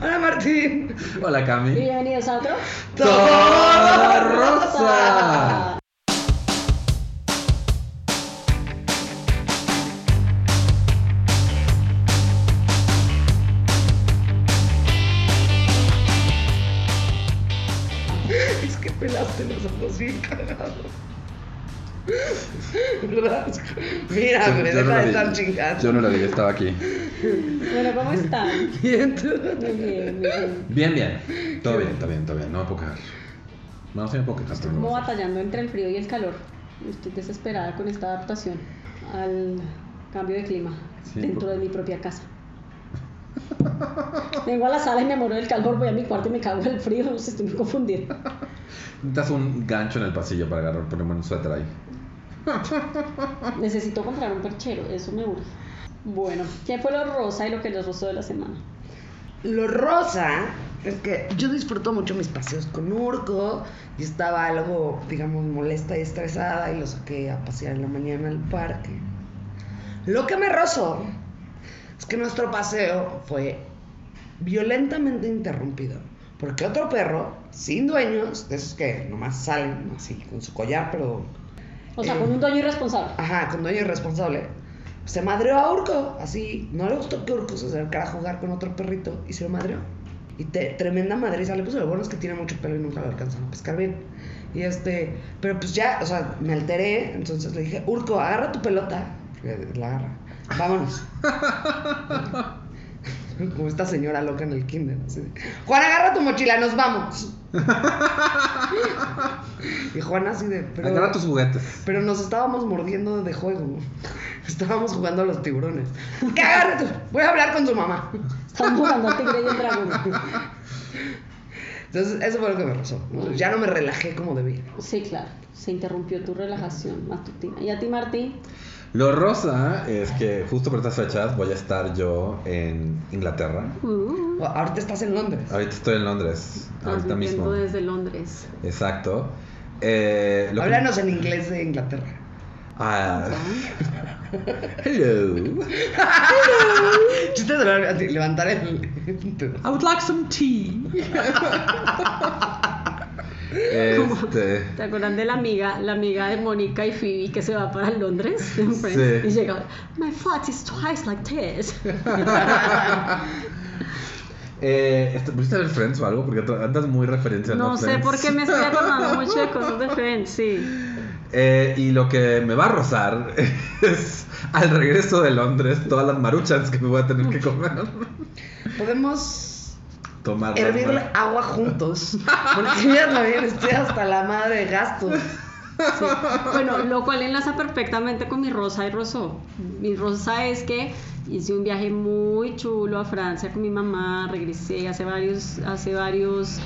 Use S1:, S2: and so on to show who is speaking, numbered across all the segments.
S1: Hola Martín.
S2: Hola Cami.
S3: Bienvenidos a otro.
S2: Todo rosa.
S1: Ah,
S3: Rosa.
S1: Es que pelaste los ojos bien cagados. ¿Verdad? Mira,
S2: Yo-
S1: me deja
S2: yo no la
S1: de
S2: vi.
S1: estar chingando.
S2: Yo no la vi, estaba aquí.
S3: Bueno, ¿cómo están?
S1: Bien, tú.
S3: Muy bien, muy bien.
S2: Bien, bien. Todo bien, está bien, todo bien. No me puedo quejar. No, sí me puedo quejar. pero no.
S3: Como batallando entre el frío y el calor. Estoy desesperada con esta adaptación al cambio de clima
S2: Sí,
S3: dentro
S2: por-
S3: de mi propia casa. Vengo a la sala y me muero del calor, voy a mi cuarto y me cago en el frío, no sé, estoy muy confundida.
S2: Necesitas un gancho en el pasillo para agarrar, ponerme un suéter ahí.
S3: Necesito comprar un perchero, eso me urge. Bueno, ¿qué fue lo rosa y lo que los rosó de la semana?
S1: Lo rosa es que yo disfruto mucho mis paseos con Urco. Yo estaba algo, digamos, molesta y estresada y lo saqué a pasear en la mañana al parque. Lo que me rozó es que nuestro paseo fue violentamente interrumpido. Porque otro perro, sin dueños, de esos que nomás salen así con su collar, pero
S3: O sea,
S1: Eh.
S3: con un dueño irresponsable.
S1: Ajá, con dueño irresponsable. Se madreó a Urco, así. No le gustó que Urco se acercara a jugar con otro perrito y se lo madreó. Y te- tremenda madriza le puso. Lo bueno es que tiene mucho pelo y nunca lo alcanzaron a pescar bien. Y este, pero pues ya, o sea, me alteré. Entonces le dije, Urco, agarra tu pelota. Le- La agarra. Vámonos. Como esta señora loca en el kinder. así de, Juan, agarra tu mochila, nos vamos. y Juan así de... "Pero-
S2: Agarra tus juguetes.
S1: pero nos estábamos mordiendo de juego. Estábamos jugando a los tiburones. ¡Que agarre tu- Voy a hablar con su mamá.
S3: Están jugando a tigre y el dragón.
S1: Entonces, eso fue lo que me pasó. ¿no? Ya no me relajé como debía.
S3: Sí, claro, se interrumpió tu relajación matutina. ¿Y a ti, Martín?
S2: Lo rosa es que justo por estas fechas voy a estar yo en Inglaterra.
S3: Uh,
S1: O- Ahorita estás en Londres.
S2: Ahorita estoy en Londres. Ahorita mismo.
S3: desde Londres.
S2: Exacto. Eh, lo que-
S1: Háblanos en inglés de Inglaterra.
S2: Ah. Hello.
S1: Chiste de la- de levantar el.
S2: I would like some tea. este.
S3: ¿Te acuerdan de la amiga, la amiga de Mónica y Phoebe que se va para Londres? en Friends?
S2: Sí.
S3: Y llega, my flat is twice like this.
S2: Eh, este, ¿Pudiste ver Friends o algo? Porque tra- andas muy referencia a
S3: No
S2: los
S3: sé
S2: Friends.
S3: por qué me estoy acordando mucho de cosas de Friends, sí.
S2: Eh, y lo que me va a rozar es al regreso de Londres todas las maruchas que me voy a tener que comer.
S1: Podemos
S2: Tomar.
S1: hervir agua juntos. Porque ya también estoy hasta la madre de gastos.
S3: Sí. Bueno, lo cual enlaza perfectamente con mi rosa y rosó. Mi rosa es que hice un viaje muy chulo a Francia con mi mamá, regresé hace varios, hace varios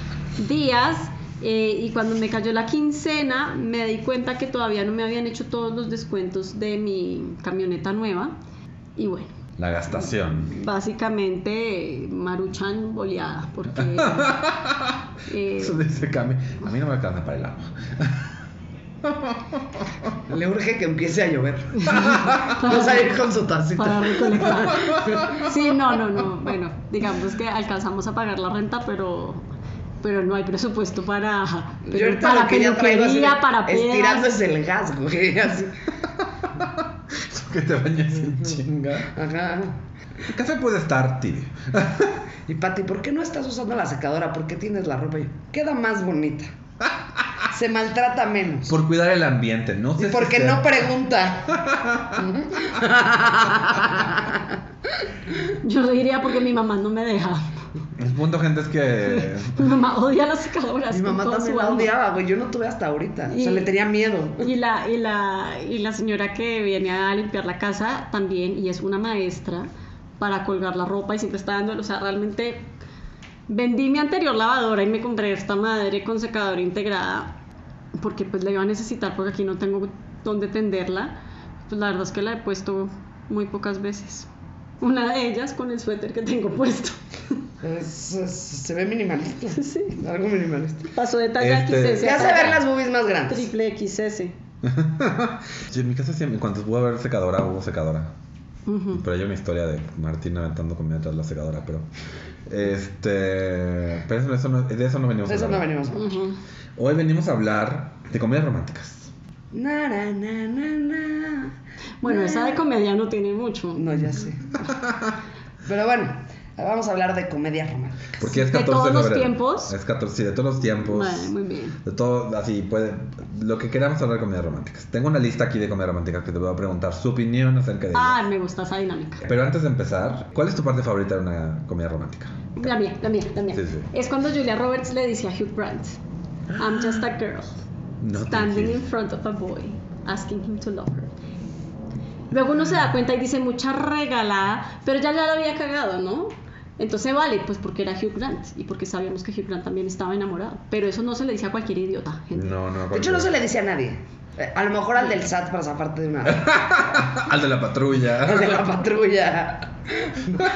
S3: días. eh, y cuando me cayó la quincena me di cuenta que todavía no me habían hecho todos los descuentos de mi camioneta nueva. Y bueno,
S2: La gastación.
S3: básicamente eh, maruchan boleada porque... eh,
S2: Eso dice Cami. A mí no me alcanza para el agua.
S1: Le urge que empiece a llover. Vamos a ir con su
S3: para
S1: tacita.
S3: recolectar. Sí, no, no, no. Bueno, digamos que alcanzamos a pagar la renta, pero pero no hay presupuesto para
S1: Yo
S3: pero
S1: ahorita
S3: para
S1: lo que ya traigo así,
S3: peluquería, para
S1: estirando
S3: pedas.
S1: es el gas, güey. Así.
S2: que te bañas en chinga.
S1: Ajá.
S2: El café puede estar tibio.
S1: Y Pati, ¿por qué no estás usando la secadora? ¿Por qué tienes la ropa? Y yo, Queda más bonita. Se maltrata menos.
S2: Por cuidar el ambiente, no
S1: Y
S2: sé
S1: porque
S2: si sea-
S1: no pregunta.
S3: Yo diría porque mi mamá no me deja.
S2: El punto, gente, es que.
S3: Mi mamá odia las secadoras.
S1: Mi
S3: con
S1: mamá
S3: toda
S1: también
S3: su
S1: la
S3: alma.
S1: odiaba, güey. Yo no tuve hasta ahorita. O sea,
S3: Y-
S1: le tenía miedo.
S3: Y la, y, la, y la señora que viene a limpiar la casa también, y es una maestra para colgar la ropa y siempre está dándole, o sea, realmente vendí mi anterior lavadora y me compré esta madre con secadora integrada porque pues la iba a necesitar porque aquí no tengo dónde tenderla. Pues la verdad es que la he puesto muy pocas veces. Una de ellas con el suéter que tengo puesto.
S1: Es- es- se ve minimalista.
S3: Sí.
S1: Algo minimalista.
S3: Pasó de talla
S2: Este-
S3: XS.
S1: Se
S3: a
S1: hace
S3: talla
S1: ver las boobies más grandes.
S3: Triple XS.
S2: Yo en mi casa siempre, en cuanto pudo haber secadora, hubo secadora.
S3: Ujú.
S2: Pero hay una historia de Martín aventando comida tras la secadora, pero. Este. Pero eso, eso no- de eso no venimos
S1: De
S2: a
S1: eso no
S2: hablar.
S1: venimos.
S3: Ujú.
S2: Hoy venimos a hablar de comedias románticas.
S1: Na, na, na, na, na.
S3: Bueno, esa de comedia no tiene mucho.
S1: No, ya sé. Pero bueno, vamos a hablar de comedia romántica.
S2: Porque es
S3: De
S2: 14
S3: todos
S2: de
S3: los
S2: febrero.
S3: tiempos.
S2: Es 14, sí, de todos los tiempos.
S3: Vale, muy bien.
S2: De todo, así puede. Lo que queramos hablar de comedias románticas. Tengo una lista aquí de comedias románticas que te voy a preguntar su opinión acerca de ellas.
S3: Ah, me gusta esa dinámica.
S2: Pero antes de empezar, ¿cuál es tu parte favorita de una comedia romántica?
S3: La mía, la mía, la mía.
S2: Sí, sí.
S3: Es cuando Julia Roberts le dice a Hugh Grant, I'm just a girl
S2: No te
S3: standing in
S2: entiendo.
S3: front of a boy asking him to love her. Luego uno se da cuenta y dice mucha regalada, pero ya ya la había cagado, ¿no? Entonces vale, pues porque era Hugh Grant y porque sabíamos que Hugh Grant también estaba enamorado. Pero eso no se le dice a cualquier idiota, gente.
S2: No, no.
S1: De hecho, no se le dice a nadie. Eh, A lo mejor al del SAT para zaparte de una.
S2: Al de la patrulla.
S1: Al de la patrulla.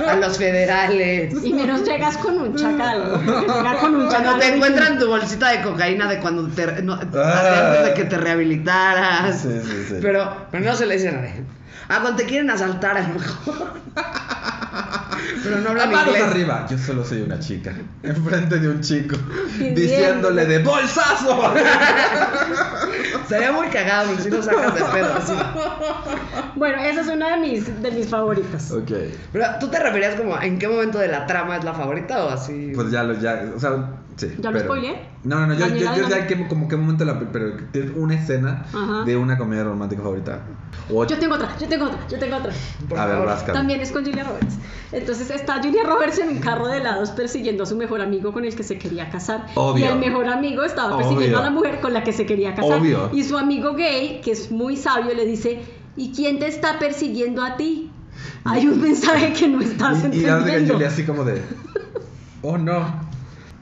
S1: A los federales.
S3: Y menos llegas con un chacal. Llegar con un
S1: Cuando
S3: chacal.
S1: te encuentran tu bolsita de cocaína de cuando te. no,
S2: Ah.
S1: antes de que te rehabilitaras.
S2: Sí, sí, sí.
S1: Pero, pero no se le dice a nadie. Ah, cuando te quieren asaltar, a lo mejor. Pero no hablan
S2: Manos
S1: inglés.
S2: arriba. Yo solo soy una chica. Enfrente de un chico.
S3: Pidiendo.
S2: Diciéndole de bolsazo.
S1: Sería muy cagado si lo sacas de pedo así.
S3: Bueno, esa es una de mis, de mis favoritas.
S2: ok.
S1: Pero tú te referías como en qué momento de la trama es la favorita o así.
S2: Pues ya lo, ya, o sea, sí.
S3: ¿Ya lo
S2: pero-
S3: spoileé?
S2: No, no, no, yo,
S3: Daniel,
S2: yo, yo
S3: adelante.
S2: ya que, como qué momento la, pero tienes una escena
S3: Ajá.
S2: de una comedia romántica favorita. O,
S3: Yo tengo otra, yo tengo otra, yo tengo otra.
S1: Por
S2: a ver,
S1: favor.
S2: rasca.
S3: También es con Julia Roberts. Entonces está Julia Roberts en un carro de helados persiguiendo a su mejor amigo con el que se quería casar.
S2: Obvio.
S3: Y el mejor amigo estaba persiguiendo
S2: Obvio.
S3: a la mujer con la que se quería casar.
S2: Obvio.
S3: Y su amigo gay, que es muy sabio, le dice, ¿y quién te está persiguiendo a ti? Hay un mensaje que no estás
S2: y, y la verdad que
S3: entendiendo.
S2: Julia así como de, oh no.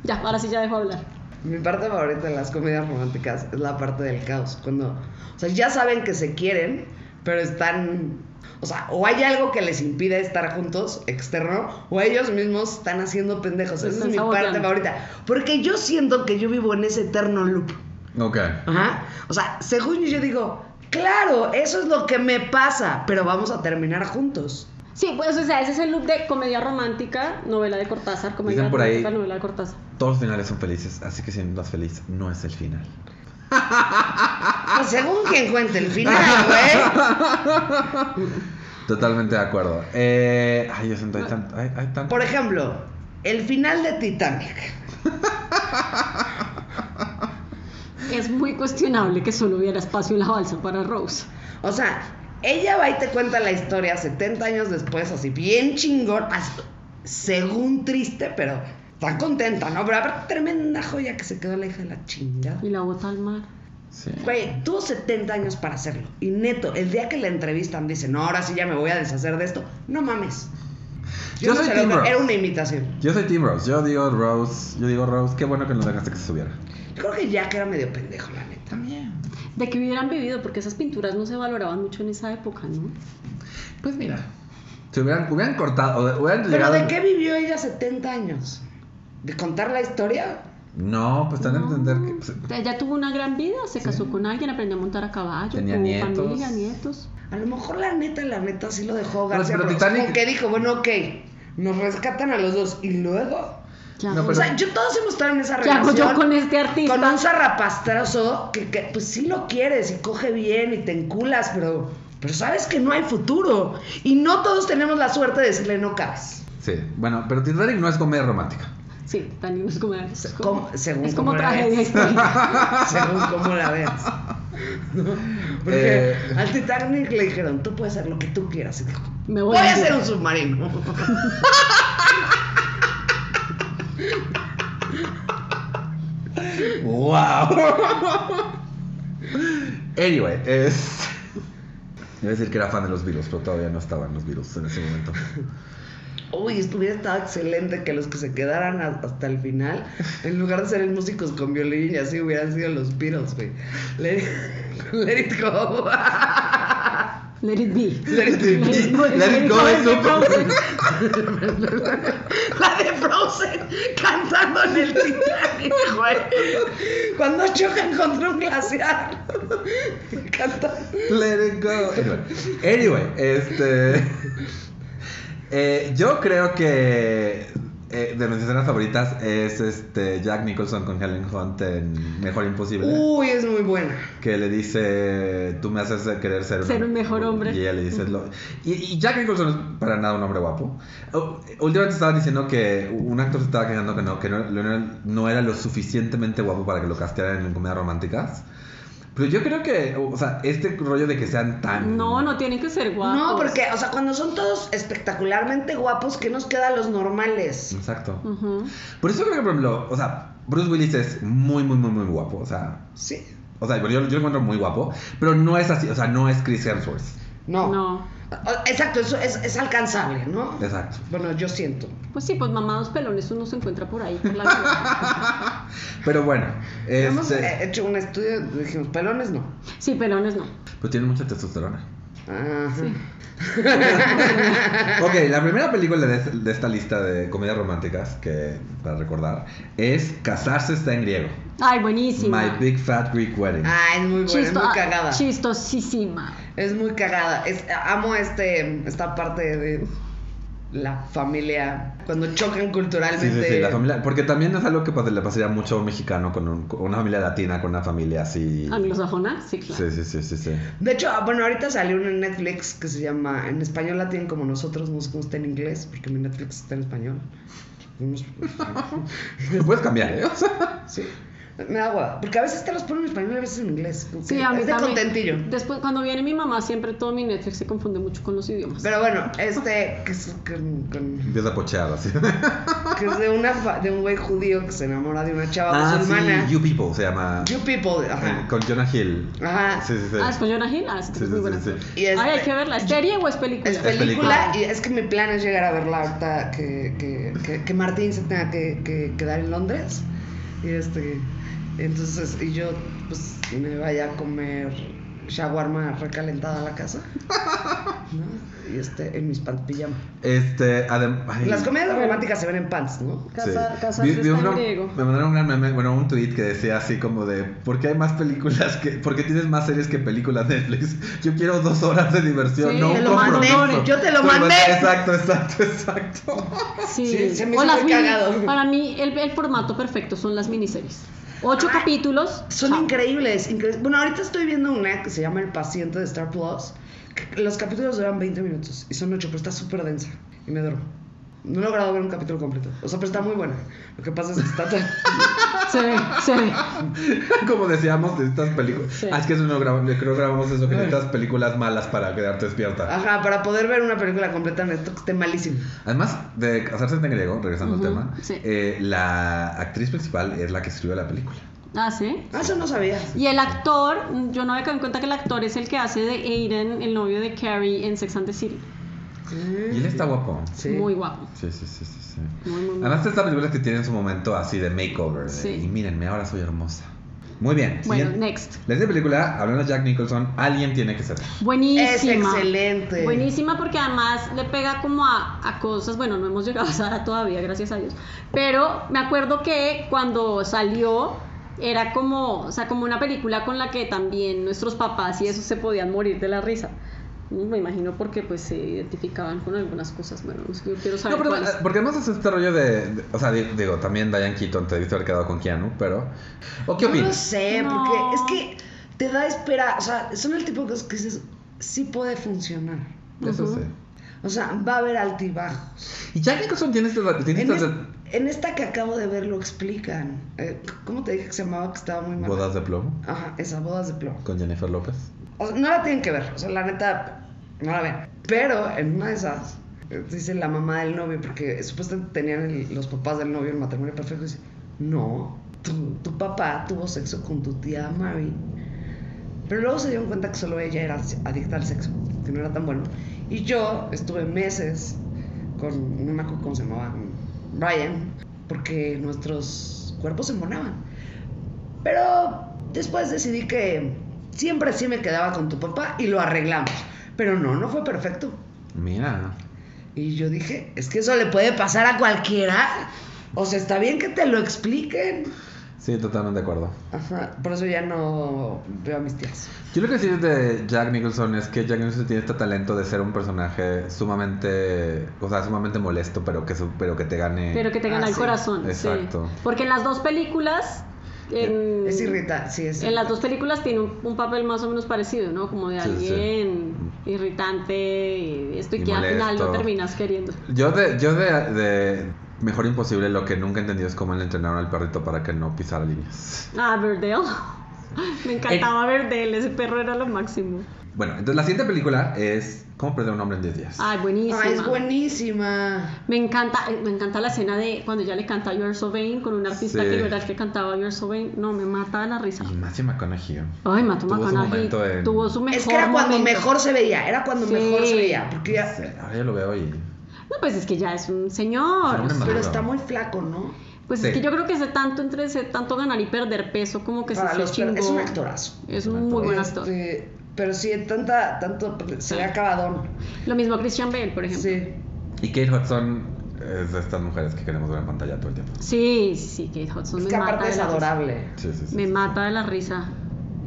S3: Ya, ahora sí ya dejo hablar.
S1: Mi parte favorita de las comedias románticas es la parte del caos. Cuando, o sea, ya saben que se quieren, pero están. O sea, o hay algo que les impide estar juntos, externo, o ellos mismos están haciendo pendejos. Esa es
S3: Están
S1: mi parte
S3: saboteando.
S1: favorita. Porque yo siento que yo vivo en ese eterno loop.
S2: Ok.
S1: Ajá. O sea, según yo, yo digo, claro, eso es lo que me pasa, pero vamos a terminar juntos.
S3: Sí, pues o sea, ese es el loop de comedia romántica, novela de Cortázar, comedia
S2: Dicen por ahí-
S3: romántica, novela de Cortázar.
S2: Todos los finales son felices, así que si no estás feliz, no es el final.
S1: Pues según quien cuente el final, güey.
S2: Totalmente de acuerdo. Eh, ay, yo siento, hay tanto, hay, hay tanto.
S1: Por ejemplo, el final de Titanic.
S3: Es muy cuestionable que solo hubiera espacio en la balsa para Rose.
S1: O sea, ella va y te cuenta la historia 70 años después, así bien chingón, así, según triste, pero tan contenta, ¿no? Pero aparte, tremenda joya que se quedó la hija de la chingada.
S3: Y la bota al mar.
S2: Sí.
S1: Güey, tuvo 70 años para hacerlo. Y neto, el día que la entrevistan, dicen, no, ahora sí ya me voy a deshacer de esto. No mames.
S2: Yo
S1: no
S2: soy
S1: se lo
S2: Tim
S1: creo,
S2: Roth.
S1: Era una imitación.
S2: Yo soy Team Rose, yo digo Rose, yo digo Rose, qué bueno que nos dejaste que se subiera.
S1: Yo creo que Jack era medio pendejo, la neta.
S2: También.
S3: De que hubieran vivido, porque esas pinturas no se valoraban mucho en esa época, ¿no?
S2: Pues mira. Se hubieran, hubieran cortado. o Hubieran
S1: ¿Pero
S2: llegado-
S1: de qué vivió ella 70 años? ¿De contar la historia?
S2: No, pues están a entender que. pues,
S3: Ella tuvo una gran vida, se casó con alguien, aprendió a montar a caballo,
S2: Tenía
S3: tuvo
S2: nietos.
S3: familia, nietos.
S1: A lo mejor la neta, la neta sí lo dejó García
S2: pero
S1: Prost,
S2: Titanic-
S1: como que dijo, bueno, ok, nos rescatan a los dos y luego...
S3: ¿Qué
S2: No,
S3: hago,
S1: o
S2: pero-
S1: sea, yo todos hemos estado en esa
S3: qué hago
S1: relación.
S3: yo con este artista?
S1: con un zarrapastroso que, que, pues sí lo quieres y coge bien y te enculas, pero, pero sabes que no hay futuro. Y no todos tenemos la suerte de decirle no cabes.
S2: Sí, bueno, pero Titanic no es comedia romántica.
S3: Sí, Dani, es como... Es como,
S1: Como- según
S3: es como
S1: como la
S3: tragedia
S1: ves.
S3: histórica.
S1: Según cómo la veas. Porque
S2: Eh.
S1: al Titanic le dijeron, tú puedes hacer lo que tú quieras. Y dijo,
S3: Me
S1: voy
S3: voy
S1: a
S3: a-
S1: ser un submarino.
S2: ¡Wow! anyway, es. Iba a decir que era fan de los virus, pero todavía no estaban los virus en ese momento.
S1: Uy, estuviera estado excelente que los que se quedaran a- hasta el final, en lugar de ser el músicos con violín y así, hubieran sido los Beatles, güey. Let, let it go.
S3: Let it be.
S2: Let it go,
S3: Let it go,
S2: es
S3: es
S2: un-
S3: un-
S1: La de Frozen cantando en el Titanic, güey. Cuando chocan contra un glaciar. Canta.
S2: Let it go. Anyway, Anyway, este. eh, yo creo que eh, de mis escenas favoritas es este Jack Nicholson con Helen Hunt en Mejor Imposible.
S1: Uy, es muy buena.
S2: Que le dice, tú me haces querer ser,
S3: Ser un mejor hombre.
S2: Y ella le dice, lo- y, y Jack Nicholson no es para nada un hombre guapo. U- Últimamente estaban diciendo que un actor se estaba quejando que no, que no, no era, no era lo suficientemente guapo para que lo castearan en comedias románticas. Pero yo creo que, o sea, este rollo de que sean tan...
S3: No, no tienen que ser guapos.
S1: No, porque, o sea, cuando son todos espectacularmente guapos, ¿qué nos queda a los normales?
S2: Exacto.
S3: Ujú.
S2: Por eso creo que, por ejemplo, o sea, Bruce Willis es muy, muy, muy, muy guapo. O sea,
S1: Sí.
S2: o sea yo, yo lo encuentro muy guapo, pero no es así, o sea, no es Chris Hemsworth.
S1: No.
S3: No.
S1: O- Exacto, eso es, es alcanzable, ¿no?
S2: Exacto.
S1: Bueno, yo siento.
S3: Pues sí, pues mamados pelones uno se encuentra por ahí. por la vida.
S2: Pero bueno,
S1: Hemos
S2: este,
S1: eh, hecho un estudio, dijimos, pelones no.
S3: sí, pelones no.
S2: pues tiene mucha testosterona.
S1: Ajá.
S2: Ok, la primera película de, de esta lista de comedias románticas, que para recordar, es Casarse está en griego.
S3: Ay, buenísima.
S2: My Big Fat Greek Wedding.
S1: Ah, es muy buena, es
S3: Chisto-
S1: muy cagada.
S3: Chistosísima.
S1: Es muy cagada. Es- amo este, esta parte de la familia cuando chocan
S2: Sí,
S1: culturalmente.
S2: sí, sí, la familia. Porque también es algo que pas- le pasaría mucho a un mexicano con, un- con una familia latina, con una familia así.
S3: Anglosajona, sí, claro.
S2: Sí, sí, sí, sí, sí.
S1: De hecho, ah, bueno, ahorita salió una en Netflix que se llama. En español la tienen como nosotros, no sé cómo está en inglés, porque mi Netflix está en español. Unos-
S2: Lo puedes cambiar, ¿eh? O sea,
S1: Sí. Me da hueva. Porque a veces te los ponen en español y a veces en inglés. como que
S3: Sí, a mí
S1: es de
S3: también.
S1: contentillo.
S3: Después, cuando viene mi mamá, siempre todo mi Netflix se confunde mucho con los idiomas.
S1: Pero bueno, este. Que es, con- con-
S2: empieza a pochear así.
S3: pues,
S1: que es de, una fa- de un güey judío que se enamora de una chava
S2: Ah,
S1: musulmana.
S2: sí, You People se llama.
S1: You people.
S2: Eh,
S1: Ajá.
S2: Con Jonah Hill.
S1: Ajá.
S2: Sí, sí, sí.
S3: Ah, es con Jonah Hill. Ah, sí,
S2: Sí,
S3: es muy
S2: sí,
S3: buena.
S2: sí,
S1: Y es-
S3: Ay, hay que verla. ¿Es serie o es película?
S1: Es
S2: Es
S1: película
S2: película.
S1: y es que mi plan es llegar a verla ahorita que, que, que, que Martín se tenga que, que quedar en Londres. Y este, entonces, y yo pues me vaya a comer shawarma recalentada a la casa. ¿no? Y este, en mis pants pijama.
S2: Este, además.
S1: Las comedias románticas se ven en pants, ¿no?
S3: Casa-
S2: Sí.
S3: Casa
S2: Vi-
S3: Fiesta
S2: vi
S3: en
S2: uno-
S3: Griego.
S2: Me mandaron un gran meme, bueno, un tweet que decía así como de ¿Por qué hay más películas que, por qué tienes más series que películas Netflix? Yo quiero dos horas de diversión,
S3: Sí,
S2: no
S3: te
S2: un
S3: lo mandé,
S2: compromiso.
S1: yo te lo
S2: Tú
S1: mandé.
S2: Exacto, exacto, exacto.
S3: Sí,
S1: Sí, se me
S3: O
S1: hizo
S3: las
S1: muy
S3: mini-
S1: cagado.
S3: Para mí, el, el formato perfecto son las miniseries. Ocho
S1: Ah,
S3: capítulos.
S1: Son
S3: chao.
S1: increíbles, increíbles. Bueno, ahorita estoy viendo una que se llama El paciente de Star Plus. que Los capítulos duran 20 minutos y son 8, pero está súper densa y me duermo. No he logrado ver un capítulo completo. O sea, pero está muy buena. Lo que pasa es que está tan...
S3: Se ve, se ve.
S2: Como decíamos de estas películas.
S3: Sí. Mm.
S2: Ah, es que eso no grabamos, creo que grabamos eso, que necesitas películas malas para quedarte despierta.
S3: Ah.
S1: Ajá, para poder ver una película completa necesito que esté malísimo.
S2: Además de casarse en griego, regresando
S3: Ujú,
S2: al tema,
S3: sí.
S2: eh, la actriz principal es la que escribió la película.
S3: Ah, sí.
S1: Ah, eso no sabía.
S3: Y el actor, mm, yo no había caído en cuenta que el actor es el que hace de Aiden, el novio de Carrie en Sex and the City.
S2: Y él está guapo.
S1: Sí.
S3: Muy guapo.
S2: Sí, sí, sí, sí, sí.
S3: Muy, muy, muy.
S2: Además, estas películas que tienen su momento así de makeover. de,
S3: Sí.
S2: Y mírenme, ahora soy hermosa. Muy bien.
S3: Bueno,
S2: siguiente.
S3: next.
S2: La siguiente película, hablando de Jack Nicholson, Alguien tiene que ser.
S3: Buenísima.
S1: Es excelente.
S3: Buenísima porque además le pega como a, a cosas, bueno, no hemos llegado a Sara todavía, gracias a Dios, pero me acuerdo que cuando salió era como, o sea, como una película con la que también nuestros papás y eso se podían morir de la risa. Me imagino porque pues se identificaban con algunas cosas, bueno, no sé, yo quiero
S2: No,
S3: saber
S2: pero,
S3: cuáles.
S2: eh, porque además es este rollo de, de- O sea, di- digo, también Diane Keaton te debiste haber quedado con Keanu, pero. ¿O qué
S1: No lo
S2: opinas?
S1: sé,
S3: No.
S1: porque es que te da espera. O sea, son el tipo de cosas que dices, sí puede funcionar.
S2: Eso
S3: Ujú.
S2: sí.
S1: O sea, va a haber altibajos.
S2: Y Jack Nicholson tiene este. Tiene
S1: En,
S2: estas
S1: es- en esta que acabo de ver lo explican. Eh, c- ¿Cómo te dije que se llamaba? Que estaba muy mal.
S2: bodas de plomo
S1: Ajá, esas bodas de plomo.
S2: con Jennifer López.
S1: O sea, no la tienen que ver. O sea, la neta, no la ven. Pero en una de esas, eh, dice la mamá del novio, porque supuestamente tenían el- los papás del novio el matrimonio perfecto. Dice, no, tu, tu papá tuvo sexo con tu tía Mary. Pero luego se dieron cuenta que solo ella era adicta al sexo, que no era tan bueno. Y yo estuve meses con, no me acuerdo cómo se llamaba, Brian, porque nuestros cuerpos se embonaban. Pero después decidí que siempre sí me quedaba con tu papá y lo arreglamos. Pero no, no fue perfecto.
S2: Mira.
S1: Y yo dije, es que eso le puede pasar a cualquiera. O sea, está bien que te lo expliquen.
S2: Sí, totalmente de acuerdo.
S1: Ajá, por eso ya no veo a mis tías.
S2: Yo lo que sí es de Jack Nicholson es que Jack Nicholson tiene este talento de ser un personaje sumamente, o sea, sumamente molesto, pero que, su- pero que te gane.
S3: Pero que te gana
S1: Ah,
S3: el
S1: sí.
S3: corazón. sí.
S2: Exacto.
S3: Porque en las dos películas. En,
S1: Es irritante, sí, es
S3: en las dos películas tiene un, un papel más o menos parecido, ¿no? Como de
S2: Sí, sí. Mm.
S3: alguien irritante y esto y,
S2: Y
S3: que al final lo
S2: molesto.
S3: terminas queriendo.
S2: Yo de, yo de, de Mejor Imposible lo que nunca he entendido es cómo le entrenaron al perrito para que no pisara líneas.
S3: Ah, Verdale. Me encantaba Verdale, ese perro era lo máximo.
S2: Bueno, entonces la siguiente película es ¿Cómo perder a un hombre en 10 días?
S3: Ay, buenísimo.
S1: Ah, es buenísima.
S3: Me encanta, eh, me encanta la escena de cuando ella le canta You're So Vain con un artista
S2: Sí.
S3: que no era el que cantaba You're So Vain. No, me mata la risa.
S2: Y Matthew McConaughey.
S3: Ay, mató
S2: Tuvo su
S3: McConaughey.
S2: momento en-
S3: Tuvo su mejor
S1: es que era cuando
S3: momento.
S1: mejor se veía, era cuando
S3: Sí.
S1: mejor se veía. Porque ya-
S2: Sí, Ahora yo lo veo y...
S3: No, pues es que ya es un señor.
S2: Es un hombre
S1: Pero
S2: maduro.
S1: está muy flaco, ¿no?
S3: Pues es
S2: Sí.
S3: que yo creo que ese tanto entre ese tanto ganar y perder peso como que
S1: Para
S3: se,
S1: los
S3: se chingó.
S1: per- Es un actorazo.
S3: Es un muy buen actor.
S1: Este, pero sí, tanta, tanto, pues, se ve acabadón.
S3: Lo mismo Christian Bale, por ejemplo.
S1: Sí.
S2: Y Kate Hudson es de estas mujeres que queremos ver en pantalla todo el tiempo.
S3: Sí, sí, sí, Kate Hudson
S1: Es
S3: me
S1: que
S3: mata
S1: aparte
S3: de
S1: es
S3: la risa.
S1: adorable.
S2: Sí, sí, sí.
S3: Me
S2: sí.
S3: mata de la risa.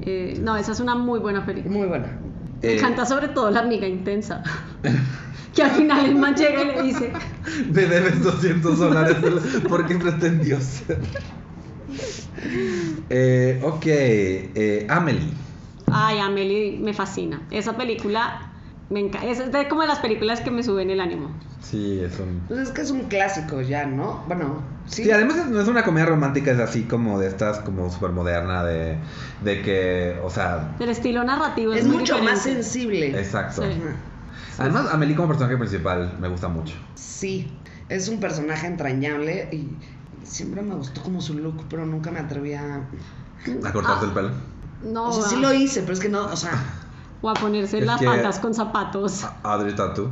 S3: Eh, no, esa es una muy buena película.
S1: Muy buena.
S3: Me
S2: Eh,
S3: encanta sobre todo la amiga intensa. que al final el man llega y le dice,
S2: Me debes 200 dólares porque pretendió ser. Eh, ok, eh, Amelie.
S3: ay, Amelie me fascina. Esa película me encanta. Es de como de las películas que me suben el ánimo.
S2: Sí, es un...
S1: Pues es que es un clásico ya, ¿no? Bueno, sí.
S2: Sí, además es- no es una comedia romántica, es así como de estas, como súper moderna, de, de que, o sea,
S3: El estilo narrativo es,
S1: es
S3: muy
S1: mucho más
S3: diferente.
S1: sensible.
S2: exacto.
S3: Sí.
S1: Ajá.
S2: Además, Amelie como personaje principal me gusta mucho.
S1: Sí, es un personaje entrañable y siempre me gustó como su look, pero nunca me atreví a...
S2: A cortarse el pelo.
S3: No,
S1: O sea, sí
S3: va.
S1: lo hice, pero es que no, o sea,
S3: O a ponerse
S2: Es
S3: las
S2: que-
S3: patas con zapatos.
S2: A- Audrey Tautou.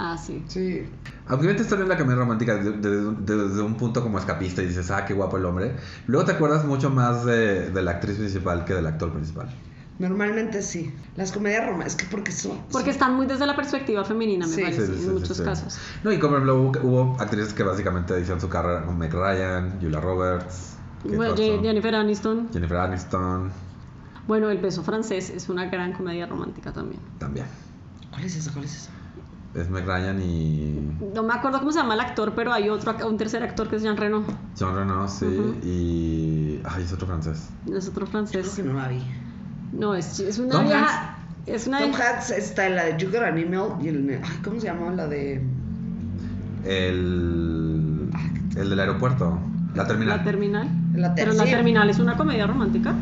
S3: Ah, sí.
S1: sí.
S2: Aunque esta historia es la comedia romántica desde, desde- desde un punto como escapista y dices, ah, qué guapo el hombre, luego te acuerdas mucho más de, de la actriz principal que del actor principal.
S1: Normalmente sí. Las comedias románticas, es que porque son...
S3: Porque están muy desde la perspectiva femenina, me
S1: Sí.
S3: parece, en muchos
S2: sí.
S3: casos.
S2: No, y como por ejemplo, hubo, hubo actrices que básicamente hicieron su carrera con Meg Ryan, Julia Roberts, Kate
S3: Bueno,
S2: Hudson,
S3: Jennifer Aniston.
S2: Jennifer Aniston,
S3: Bueno, El beso francés es una gran comedia romántica también.
S2: también.
S1: ¿Cuál es esa? ¿Cuál es esa?
S2: Es Meg Ryan y
S3: No me acuerdo cómo se llama el actor, pero hay otro, ac- un tercer actor que es Jean Reno.
S2: John Renault, sí,
S3: Ujú.
S2: y... Ay, es otro francés.
S3: Es otro
S1: Creo
S3: francés.
S1: que no la vi.
S3: No, es, es una
S2: Tom
S3: vieja. Es una
S1: Tom
S3: vieja-
S1: Hanks está en la de You Got an Email y el... Ay, ¿cómo se llamó la de...?
S2: El... El del aeropuerto. La terminal.
S3: La terminal.
S1: La
S3: Pero la
S1: tercera.
S3: terminal es una comedia romántica.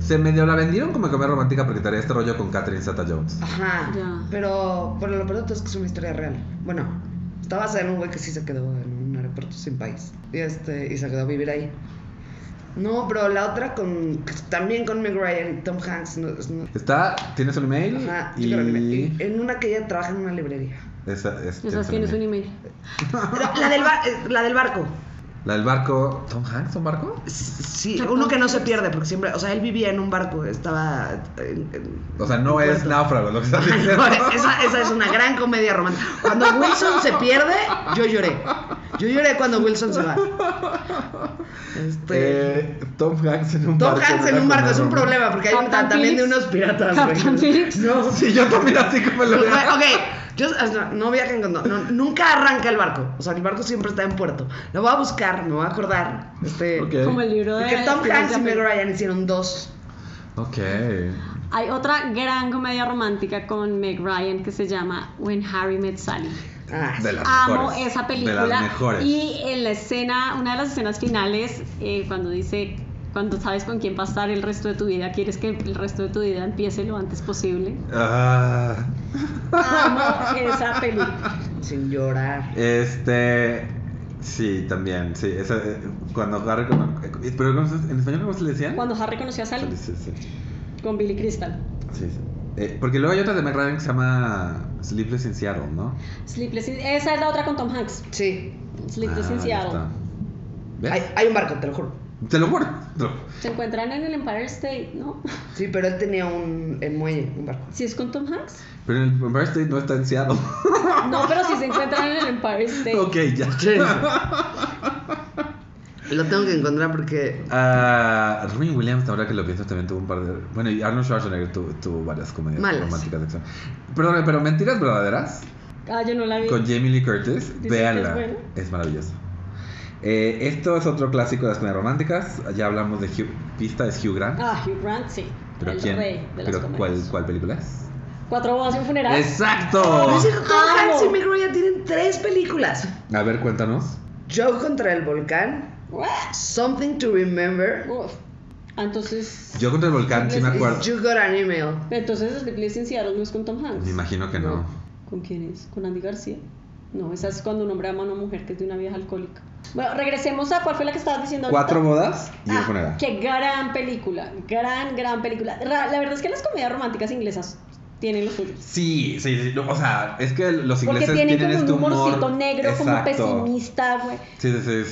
S2: Se medio la vendieron como comedia romántica porque traía este rollo con Catherine Zeta-Jones.
S1: Ajá.
S3: Ya.
S1: Pero, pero lo peor de todo es que es una historia real. Bueno, estaba basada en un güey que sí se quedó en un aeropuerto sin país. Y, este, y se quedó a vivir ahí. No, pero la otra con que también con Meg Ryan y Tom Hanks. No, es- no-
S2: Está, tienes un email
S1: Ajá,
S2: y...
S1: yo creo que me- y en una que ella trabaja en una librería.
S2: Esa, es,
S3: Esas tienes un email.
S1: Pero la, del ba- eh, la del barco.
S2: La del barco. ¿Tom Hanks, un barco?
S1: Sí, uno que no se pierde, porque siempre, o sea, él vivía en un barco, estaba... en- en-
S2: O sea, no es náufrago lo que estás diciendo.
S1: esa, esa es una gran comedia romántica. Cuando Wilson se pierde, yo lloré. Yo lloré cuando Wilson se va. Este,
S2: Eh, Tom Hanks en un
S1: Tom
S2: barco.
S1: Hanks en
S2: era
S1: un barco es un
S2: como-
S1: problema porque hay un,
S3: Captain
S1: también de
S3: Phillips.
S1: unos piratas. güey.
S3: Captain Phillips.
S2: No, sí, yo también así como lo
S1: Los-
S2: veo.
S1: Ok, yo, o sea, no viajen con. No, nunca arranca el barco. O sea, el barco siempre está en puerto. Lo voy a buscar, me voy a acordar. Este,
S2: Ok.
S3: Como el libro de.
S1: Porque Tom
S3: de-
S1: Hanks y
S3: de-
S1: Meg Ryan hicieron dos.
S2: Ok.
S3: Hay otra gran comedia romántica con Meg Ryan que se llama When Harry Met Sally.
S1: Ah,
S2: De las
S3: Amo
S2: mejores.
S3: esa película.
S2: De las mejores.
S3: Y en la escena, una de las escenas finales, eh, cuando dice, cuando sabes con quién pasar el resto de tu vida, quieres que el resto de tu vida empiece lo antes posible.
S2: Ah,
S3: Amo esa película.
S1: sin llorar.
S2: este. Sí, también. Sí, esa, eh, cuando Harry. con- Pero ¿cómo se- en español, ¿cómo se le decían?
S3: Cuando Harry conoció a Sally
S2: Sí, sí, sí.
S3: con Billy Crystal.
S2: Sí, sí. Eh, porque luego hay otra de Meg Ryan que se llama Sleepless in Seattle, ¿no?
S3: Sleepless in- esa es la otra con Tom Hanks.
S1: Sí.
S3: Sleepless
S2: Ah,
S3: in
S2: ya
S3: Seattle.
S2: está. ¿Ves?
S1: Hay, hay un barco, te lo juro.
S2: Te lo juro. te lo-
S3: Se encuentran en el Empire State, ¿no?
S1: Sí, pero él tenía un en muelle, un barco.
S3: Si es con Tom Hanks.
S2: Pero el Empire State no está en Seattle.
S3: No, pero si se encuentran en el Empire State.
S2: ok, ya.
S1: Lo tengo que encontrar porque
S2: Ah, Robin Williams, ahora que lo pienso, también tuvo un par de. Bueno, y Arnold Schwarzenegger tuvo, tuvo varias comedias
S1: Malas.
S2: románticas de acción. Perdón, pero Mentiras Verdaderas
S3: Ah, yo no la vi.
S2: con Jamie Lee Curtis,
S3: que es
S2: véanla.
S3: buena.
S2: Es maravillosa. Eh, esto es otro clásico de las comedias románticas. Ya hablamos de Hugh, Pista, es Hugh Grant.
S3: Ah, Hugh Grant, sí.
S2: pero
S3: el
S2: ¿quién?
S3: rey de las
S2: pero ¿cuál,
S3: comedias.
S2: ¿Cuál película es?
S3: Cuatro bodas y un funeral.
S2: ¡Exacto!
S1: Dice que Tom
S3: Amo.
S1: Hanks y Mick Roy ya tienen tres películas.
S2: A ver, cuéntanos.
S1: Joe contra el volcán,
S3: What?
S1: Something to Remember,
S3: Uf. Ah, Entonces,
S2: Yo contra el volcán, sí me acuerdo.
S1: You Got an Email.
S3: entonces Sleepless in Seattle no es con Tom Hanks.
S2: Me imagino que no.
S3: ¿Con quién es? ¿Con Andy García? No, esa es cuando nombra a una mujer que es de una vieja alcohólica. Bueno, regresemos a cuál fue la que estabas diciendo ahorita?
S2: Cuatro bodas y un
S3: Ah,
S2: funeral.
S3: Qué gran película, gran, gran película. Ra- La verdad es que las comedias románticas inglesas tienen los suyos.
S2: Sí, sí, sí. no, o sea, es que los
S3: Porque
S2: ingleses
S3: tienen,
S2: tienen este
S3: como un
S2: humor.
S3: humorcito negro,
S2: Exacto.
S3: como pesimista, güey.
S2: Sí, sí, sí,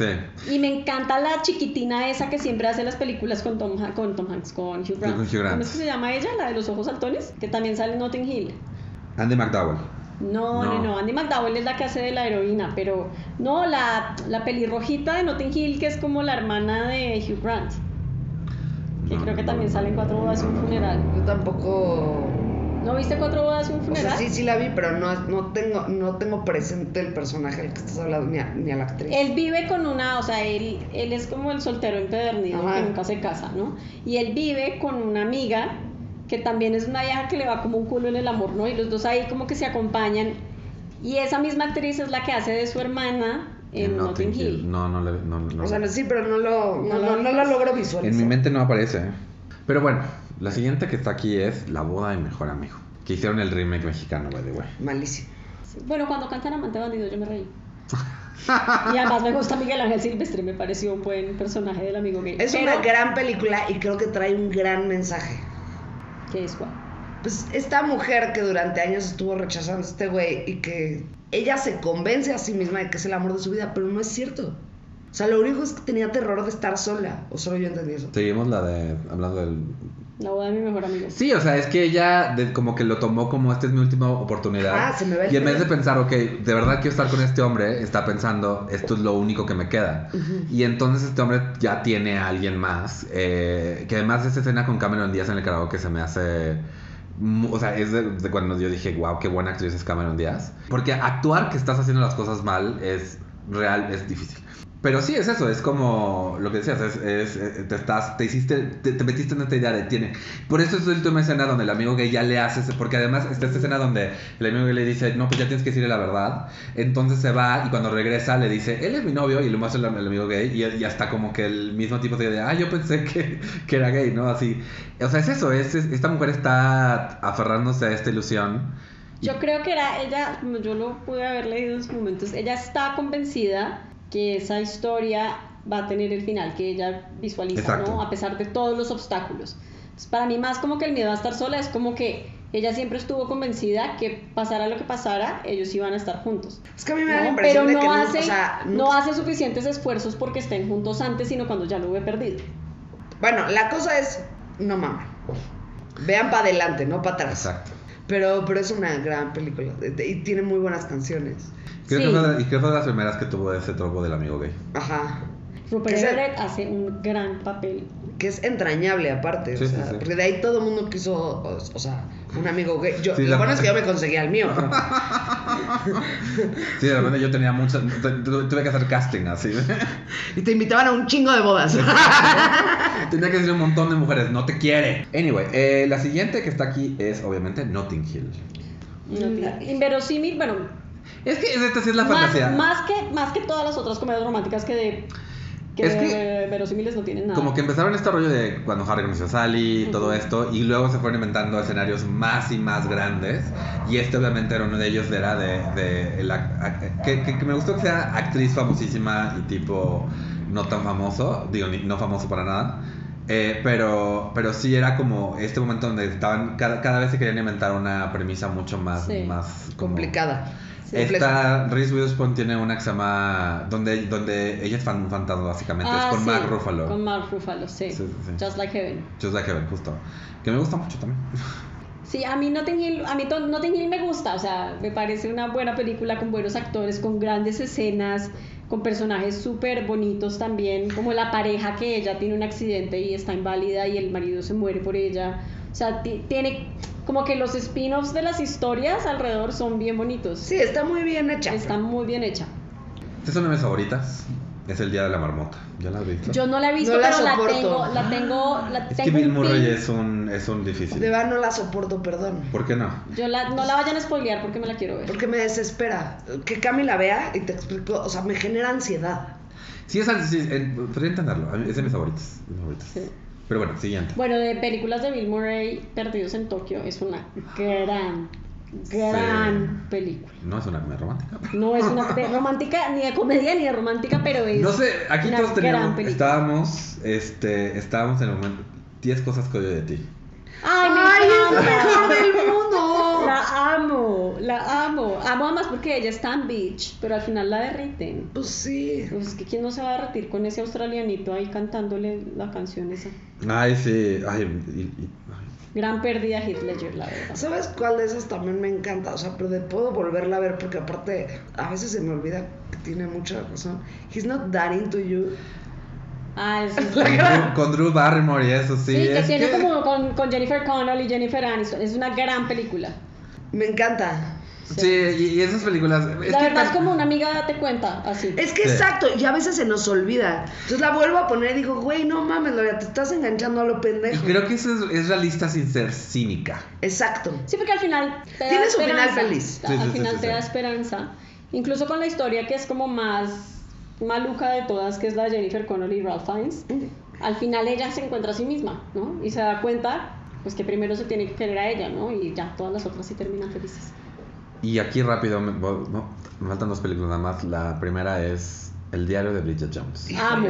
S2: sí.
S3: Y me encanta la chiquitina esa que siempre hace las películas con Tom, Ha- con Tom Hanks, con Hugh Grant.
S2: Con Hugh Grant.
S3: ¿Cómo es que se llama ella? La de los ojos saltones, que también sale en Notting Hill.
S2: Andy McDowell.
S3: No, no,
S2: No.
S3: no, Andy McDowell es la que hace de la heroína, pero no, la, la pelirrojita de Notting Hill, que es como la hermana de Hugh Grant, que
S2: No,
S3: creo que
S2: no,
S3: también
S2: no.
S3: sale en Cuatro Bodas y un Funeral.
S1: Yo tampoco.
S3: ¿No viste Cuatro Bodas y un
S1: O
S3: Funeral?
S1: sea, sí, sí la vi, pero no, no, tengo, no tengo presente el personaje del que estás hablando, ni a, ni a la actriz.
S2: Eh.
S3: Él vive con una, o sea, él, él es como el soltero empedernido
S1: Ajá.
S3: que nunca se casa, ¿no? Y él vive con una amiga que también es una vieja que le va como un culo en el amor, ¿no? Y los dos ahí como que se acompañan. Y esa misma actriz es la que hace de su hermana en Notting Hill.
S2: No, no, le- no, no.
S1: O sea, no, sí, pero no lo, no,
S3: No lo-
S1: no- no lo logro visualizar.
S2: En mi mente no aparece. ¿eh? Pero bueno, la siguiente que está aquí es La boda de mi mejor amigo. Que hicieron el remake mexicano, by the way.
S1: Malísimo.
S3: Sí. Bueno, cuando cantan Amante Bandido yo me reí. y además me gusta Miguel Ángel Silvestre, me pareció un buen personaje del amigo gay.
S1: Es
S3: Pero-
S1: una gran película y creo que trae un gran mensaje.
S3: ¿Qué es cuál?
S1: Pues esta mujer que durante años estuvo rechazando a este güey y que ella se convence a sí misma de que es el amor de su vida, pero no es cierto. O sea, lo único es que tenía terror de estar sola. O solo yo entendí eso.
S2: Seguimos la de. hablando del.
S3: La boda de mi mejor amigo.
S2: Sí, o sea, es que ella de- como que lo tomó como esta es mi última oportunidad.
S1: Ah, se me va el
S2: y en vez de
S1: tren.
S2: pensar, ok, de verdad quiero estar con este hombre, está pensando, esto es lo único que me queda. Y entonces este hombre ya tiene a alguien más. eh, que además esa escena con Cameron Díaz en el karaoke se me hace... mu- O sea, es de, de cuando yo dije, wow, qué buena actriz es Cameron Díaz. Porque actuar que estás haciendo las cosas mal es real, es difícil. Pero sí, es eso, es como lo que decías, es, es- eh, te estás, te hiciste, te, te metiste en esta idea de tiene. Por eso es la última escena donde el amigo gay ya le haces, porque además está esta escena donde el amigo gay le dice, no, pues ya tienes que decirle la verdad. Entonces se va y cuando regresa le dice, él es mi novio y le muestra el, el amigo gay y, y hasta como que el mismo tipo se dice, ah, yo pensé que, que era gay, ¿no? Así. O sea, es eso, es, es- esta mujer está aferrándose a esta ilusión. y-
S3: Yo creo que era ella, como yo lo pude haber leído en sus momentos, ella está convencida que esa historia va a tener el final que ella visualiza,
S2: Exacto.
S3: ¿no? A pesar de todos los obstáculos. Entonces, para mí más como que el miedo a estar sola es como que ella siempre estuvo convencida que pasara lo que pasara, ellos iban a estar juntos.
S1: Es que a mí me da la
S3: No,
S1: impresión
S3: pero
S1: de
S3: no,
S1: que no-
S3: hace,
S1: o sea,
S3: no hace suficientes esfuerzos porque estén juntos antes, sino cuando ya lo ve perdido.
S1: Bueno, la cosa es, no mames. Vean para adelante, no para atrás.
S2: Exacto.
S1: Pero, pero es una gran película de- de- y tiene muy buenas canciones.
S2: Creo
S3: Sí.
S2: que fue, de- y creo que fue de las primeras que tuvo ese tropo del amigo gay.
S1: Ajá.
S3: Rupert
S1: Que se-
S3: Everett hace un gran papel.
S1: Que es entrañable aparte.
S2: Sí,
S1: o
S2: sí,
S1: sea,
S2: sí.
S1: Porque de ahí todo el mundo quiso, o, o sea, un amigo gay. Yo,
S2: Sí,
S1: lo
S2: la-
S1: bueno es que yo me conseguía el mío.
S2: Sí, de repente yo tenía muchas. tu- tu- Tuve que hacer casting así.
S1: y te invitaban a un chingo de bodas.
S2: Tenía que decir un montón de mujeres, no te quiere. Anyway, eh, la siguiente que está aquí es obviamente Notting Hill.
S3: No
S1: Mm.
S3: tiene- Inverosímil, bueno,
S2: Es que esta sí es la
S3: más,
S2: fantasía.
S3: más que, más que todas las otras comedias románticas que de, que
S2: Es
S3: de
S2: que-
S3: verosímiles no tienen nada.
S2: Como que empezaron este rollo de cuando Harry conoció a Sally y todo
S3: Ujú.
S2: esto, y luego se fueron inventando escenarios más y más grandes. Y este, obviamente, era uno de ellos, era de. de la- a- que, que- que me gustó que sea actriz famosísima y tipo no tan famoso, digo, ni- no famoso para nada. Eh, pero, pero sí era como este momento donde estaban, cada, cada vez se querían inventar una premisa mucho más,
S3: Sí.
S2: más como-
S1: Complicada. Sí,
S2: Esta Reese Witherspoon tiene una que se llama. Donde, donde ella es fan- un fantasma, básicamente.
S3: Ah,
S2: es con
S3: sí,
S2: Mark Ruffalo.
S3: Con Mark Ruffalo, sí.
S2: Sí, sí, sí.
S3: Just Like Heaven.
S2: Just Like Heaven, justo. Que me gusta mucho también.
S3: Sí, a mí Notting Hill, a mí to- Notting Hill me gusta, o sea, me parece una buena película con buenos actores, con grandes escenas, con personajes súper bonitos también, como la pareja que ella tiene un accidente y está inválida y el marido se muere por ella. O sea, ti- tiene como que los spin-offs de las historias alrededor son bien bonitos.
S1: Sí, está muy bien hecha.
S3: Está muy bien hecha.
S2: Esta es una de mis favoritas. Es el Día de la Marmota. ¿Ya la has visto?
S3: Yo no la he visto,
S1: No la
S3: pero la
S1: soporto.
S3: tengo, la tengo, la
S2: es
S3: tengo
S2: que Bill
S3: un
S2: Murray
S3: pin.
S2: es un, es un difícil.
S1: De verdad no la soporto, perdón.
S2: ¿Por qué no?
S3: Yo la, no la vayan a spoilear porque me la quiero ver.
S1: Porque me desespera. Que Cami la vea y te explico. O sea, me genera ansiedad.
S2: Sí, es al- sí, en- podría entenderlo. A mí- Es de mis favoritas. de mis favoritas.
S3: Sí.
S2: Pero bueno, siguiente.
S3: Bueno, de películas de Bill Murray, Perdidos en Tokio, es una gran, gran
S2: Sí.
S3: película.
S2: No es una comedia romántica.
S3: No es una pe- romántica, ni de comedia, ni de romántica, pero es...
S2: No sé, aquí
S3: una
S2: todos teníamos.
S3: gran película.
S2: Estábamos, este, estábamos en el momento. 10 cosas que odio de ti.
S3: ¡Ay, me
S1: ¡Ay, es lo
S3: encanta!
S1: mejor del mundo!
S3: La amo, la amo. Amo además porque ella está en beach, pero al final la derriten.
S1: Pues sí.
S3: Pues es que quién no se va a derretir con ese australianito ahí cantándole la canción esa.
S2: Ay, sí. Ay, y- y- ay.
S3: Gran pérdida Heath Ledger, la verdad.
S1: ¿Sabes cuál de esas también me encanta? O sea, pero de puedo volverla a ver porque aparte a veces se me olvida que tiene mucha razón. He's not that into you.
S3: Ah, esa es
S2: Con, Drew, con Drew Barrymore y eso, sí.
S3: Sí, que
S2: es
S3: tiene como con, con Jennifer Connelly y Jennifer Aniston. Es una gran película.
S1: Me encanta.
S2: Sí, y, y esas películas. es
S3: la
S2: que-
S3: verdad es como una amiga date cuenta, así.
S1: Es que
S2: Sí.
S1: exacto, y a veces se nos olvida. Entonces la vuelvo a poner y digo, güey, no mames, Lorea, te estás enganchando a lo
S2: Y
S1: pendejo.
S2: creo que eso es, es realista sin ser cínica.
S1: Exacto.
S3: Sí, porque al final te
S1: Tiene
S3: da
S1: su final
S3: esperanza.
S1: feliz.
S3: Ta-
S2: Sí, sí,
S3: al
S2: sí,
S3: final
S2: sí,
S3: te
S2: sí.
S3: da esperanza. Incluso con la historia que es como más maluca de todas, que es la de Jennifer Connelly y Ralph Fiennes. Al final ella se encuentra a sí misma, ¿no? Y se da cuenta pues que primero se tiene que querer a ella, ¿no? Y ya todas las otras sí terminan felices.
S2: Y aquí rápido, me, bo- no, me faltan dos películas nada más. La primera es El diario de Bridget Jones.
S3: Amo.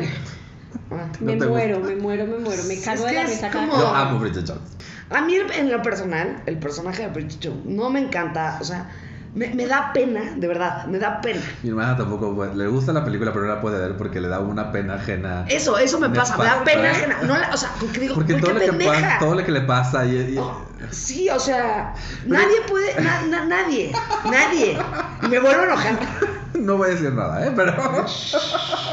S1: Ah.
S3: Me
S2: te gusta?
S3: muero, me muero, me muero. Me cago
S1: que
S3: de la
S1: es
S3: risa cada
S1: como-
S2: Yo amo Bridget Jones.
S1: A mí, en lo personal, el personaje de Bridget Jones no me encanta. O sea, me, me da pena, de verdad, me da pena.
S2: Mi hermana tampoco puede- le gusta la película, pero no la puede ver porque le da una pena ajena.
S1: Eso, eso me
S2: Me
S1: pasa, me da
S2: pasa.
S1: pena ajena. No la- o sea, como que digo,
S2: Porque
S1: "Güey,
S2: todo
S1: qué
S2: lo, que
S1: pendeja.
S2: pa- todo lo que le pasa y, y-
S3: Oh.
S1: Sí, o sea, nadie puede, na- na- nadie, nadie. Y me vuelvo a enojar.
S2: no voy a decir nada, ¿eh? Pero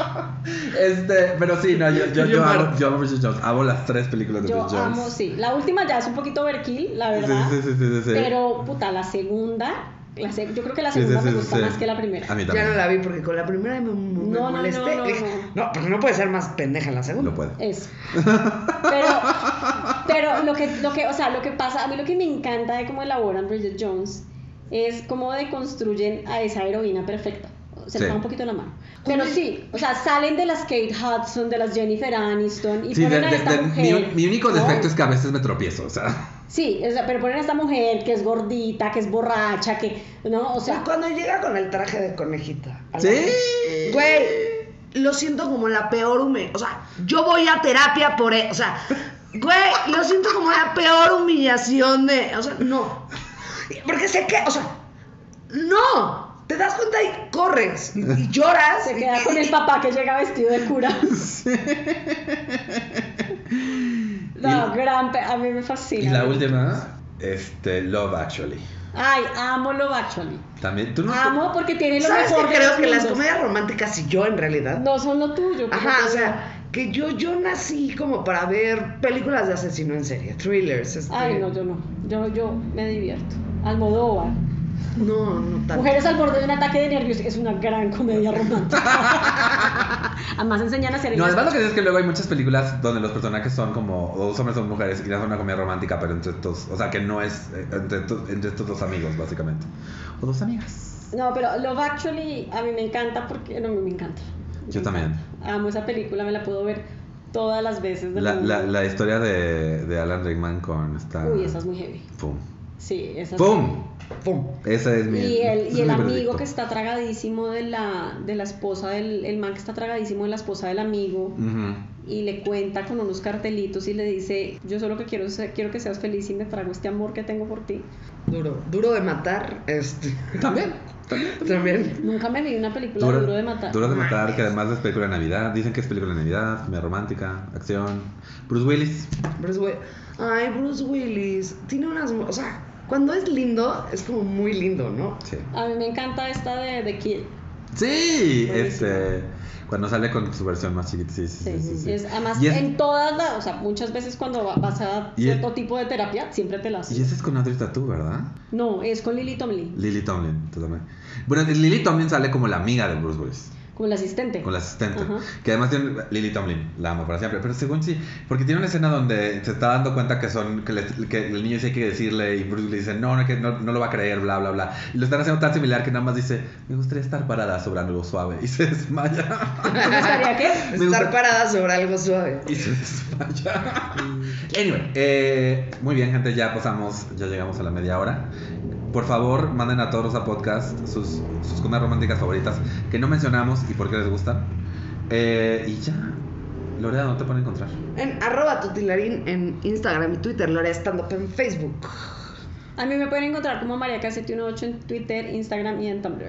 S2: este, pero sí, no, yo, yo, yo amo, yo amo Bridget Jones, amo las tres películas de
S3: Yo
S2: Bridget Jones.
S3: amo, sí. La última ya es un poquito overkill, la
S2: Sí,
S3: verdad.
S2: sí, sí, sí, sí, sí.
S3: Pero, puta, la segunda, la seg- yo creo que la
S2: Sí, sí,
S3: segunda
S2: sí,
S3: me
S2: sí,
S3: gusta
S2: sí.
S3: más que la
S2: A
S3: primera.
S2: mí
S1: Ya
S2: también.
S1: no la vi porque con la primera me, me
S3: No, no,
S1: molesté.
S3: no, no,
S1: Dije,
S3: no.
S1: no, pero no puede ser más pendeja la segunda.
S2: No puede.
S3: Eso. Pero, pero lo que, lo que, o sea, lo que pasa, a mí lo que me encanta de cómo elaboran Bridget Jones es cómo deconstruyen a esa heroína perfecta. Se
S2: Sí.
S3: le va un poquito la mano. Pero sí, o sea, salen de las Kate Hudson, de las Jennifer Aniston y
S2: Sí, de-
S3: ponen a
S2: de-
S3: esta
S2: de-
S3: mujer.
S2: mi, mi único
S3: ¿no?
S2: defecto es que a veces me tropiezo, o sea.
S3: Sí, o sea, pero ponen a esta mujer que es gordita, que es borracha, que. No, o
S1: O sea,
S3: sea.
S1: cuando llega con el traje de conejita. a la-
S2: Sí.
S1: Güey, lo siento como la peor humillación. O sea, yo voy a terapia por e- O sea, güey, lo siento como la peor humillación de. O sea, no. Porque sé que, o sea, no. Te das cuenta y corres. Y, y lloras.
S3: Se
S1: y-
S3: queda con
S1: y-
S3: el papá que llega vestido de cura. No,
S2: Y-
S3: gran. pe- A mí me
S2: Y
S3: fascina.
S2: la última, este, Love Actually.
S3: Ay, amo Love Actually.
S2: También, tú no.
S3: Amo porque tiene lo
S1: ¿Sabes
S3: mejor
S1: que
S3: de
S1: creo
S3: los
S1: que las
S3: mundos.
S1: comedias románticas y yo en realidad?
S3: No son lo tuyo. pero
S1: Ajá, o
S3: pues,
S1: sea, que yo, yo nací como para ver películas de asesino en serie, thrillers. este,
S3: Ay, no, yo no. Yo, yo me divierto. Almodóvar.
S1: No, no tanto.
S3: Mujeres al borde de un ataque de nervios es una gran comedia romántica. Además enseñan a hacer
S2: No, además lo que dices es que luego hay muchas películas donde los personajes son como o dos hombres o mujeres y no es una comedia romántica, pero entre estos, o sea, que no es eh, entre, estos- entre estos dos amigos, básicamente. O dos amigas.
S3: No, pero Love Actually a mí me encanta porque no me encanta.
S2: Yo
S3: Me
S2: también.
S3: encanta. Amo esa película, me la puedo ver todas las veces del
S2: La,
S3: mundo.
S2: la, la historia de, de Alan Rickman con esta.
S3: Uy, esa es muy heavy.
S2: ¡Pum!
S3: Sí, esa es
S2: ¡Pum!
S1: Pum.
S2: Esa es mi.
S3: Y el,
S2: ese
S3: y
S2: es
S3: el
S2: mi
S3: amigo
S2: veredicto.
S3: que está tragadísimo de la, de la esposa del el man que está tragadísimo de la esposa del amigo
S2: Ujú.
S3: y le cuenta con unos cartelitos y le dice yo solo que quiero ser- quiero que seas feliz y me trago este amor que tengo por ti
S1: Duro, duro de matar. Este.
S2: También.
S1: También.
S3: Nunca me vi una película duro de matar.
S2: Duro de matar, que además es película de Navidad. Dicen que es película de Navidad, comedia romántica, acción. Bruce Willis.
S1: Bruce Willis. Ay, Bruce Willis. Tiene unas. O sea, cuando es lindo, es como muy lindo, ¿no?
S2: Sí.
S3: A mí me encanta esta de The Kill.
S2: Sí,
S1: Buenísimo.
S2: este. Cuando sale con su versión más chiquita, sí, sí, sí. sí, sí.
S3: Es, además,
S2: y, es-
S3: en todas las, o sea, muchas veces cuando va- vas a
S2: Y es-
S3: cierto tipo de terapia, siempre te las.
S2: y ese es con Audrey Tatu, ¿verdad?
S3: No, es con Lily Tomlin,
S2: Lily Tomlin, totalmente. Bueno, Lily Tomlin sale como la amiga de Bruce Willis,
S3: como la asistente.
S2: con la asistente.
S3: Ajá.
S2: Que además tiene. Lily Tomlin, la amo para siempre. Pero según sí, porque tiene una escena donde se está dando cuenta que son. que, les- que el niño sí hay que decirle y Bruce Willis dice, no, no, que no, no lo va a creer, bla, bla, bla. Y lo están haciendo tan similar que nada más dice, me gustaría estar parada sobre algo suave. Y se desmaya.
S3: ¿Te gustaría qué?
S2: Me gusta-
S1: Estar parada sobre algo suave.
S2: Y se desmaya. Anyway, eh, muy bien, gente, ya pasamos, ya llegamos a la media hora. Por favor, manden a todos a podcast sus, sus comedias románticas favoritas que no mencionamos y por qué les gustan. Eh, y ya, Lorea, ¿dónde te pueden encontrar?
S1: En arroba tutilarín en Instagram y Twitter, Lorea Stand Up en Facebook.
S3: A mí me pueden encontrar como María 718 en Twitter, Instagram y en Tumblr.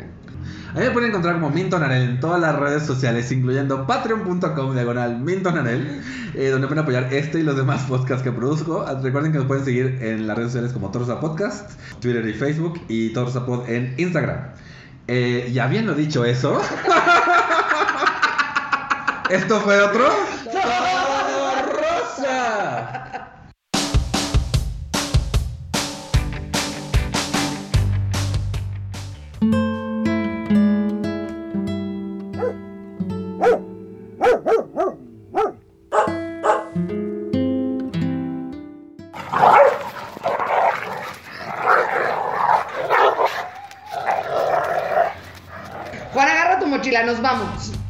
S2: A mí me pueden encontrar como Minton Arel en todas las redes sociales, incluyendo patreon.com diagonal Minton Arel, eh, donde pueden apoyar este y los demás podcasts que produzco. Ah, Recuerden que nos pueden seguir en las redes sociales como Torza Podcast, Twitter y Facebook, y Torza Pod en Instagram. Eh, ya habiendo dicho eso, esto fue otro. Rosa!
S1: Juan, agarra tu mochila, nos vamos.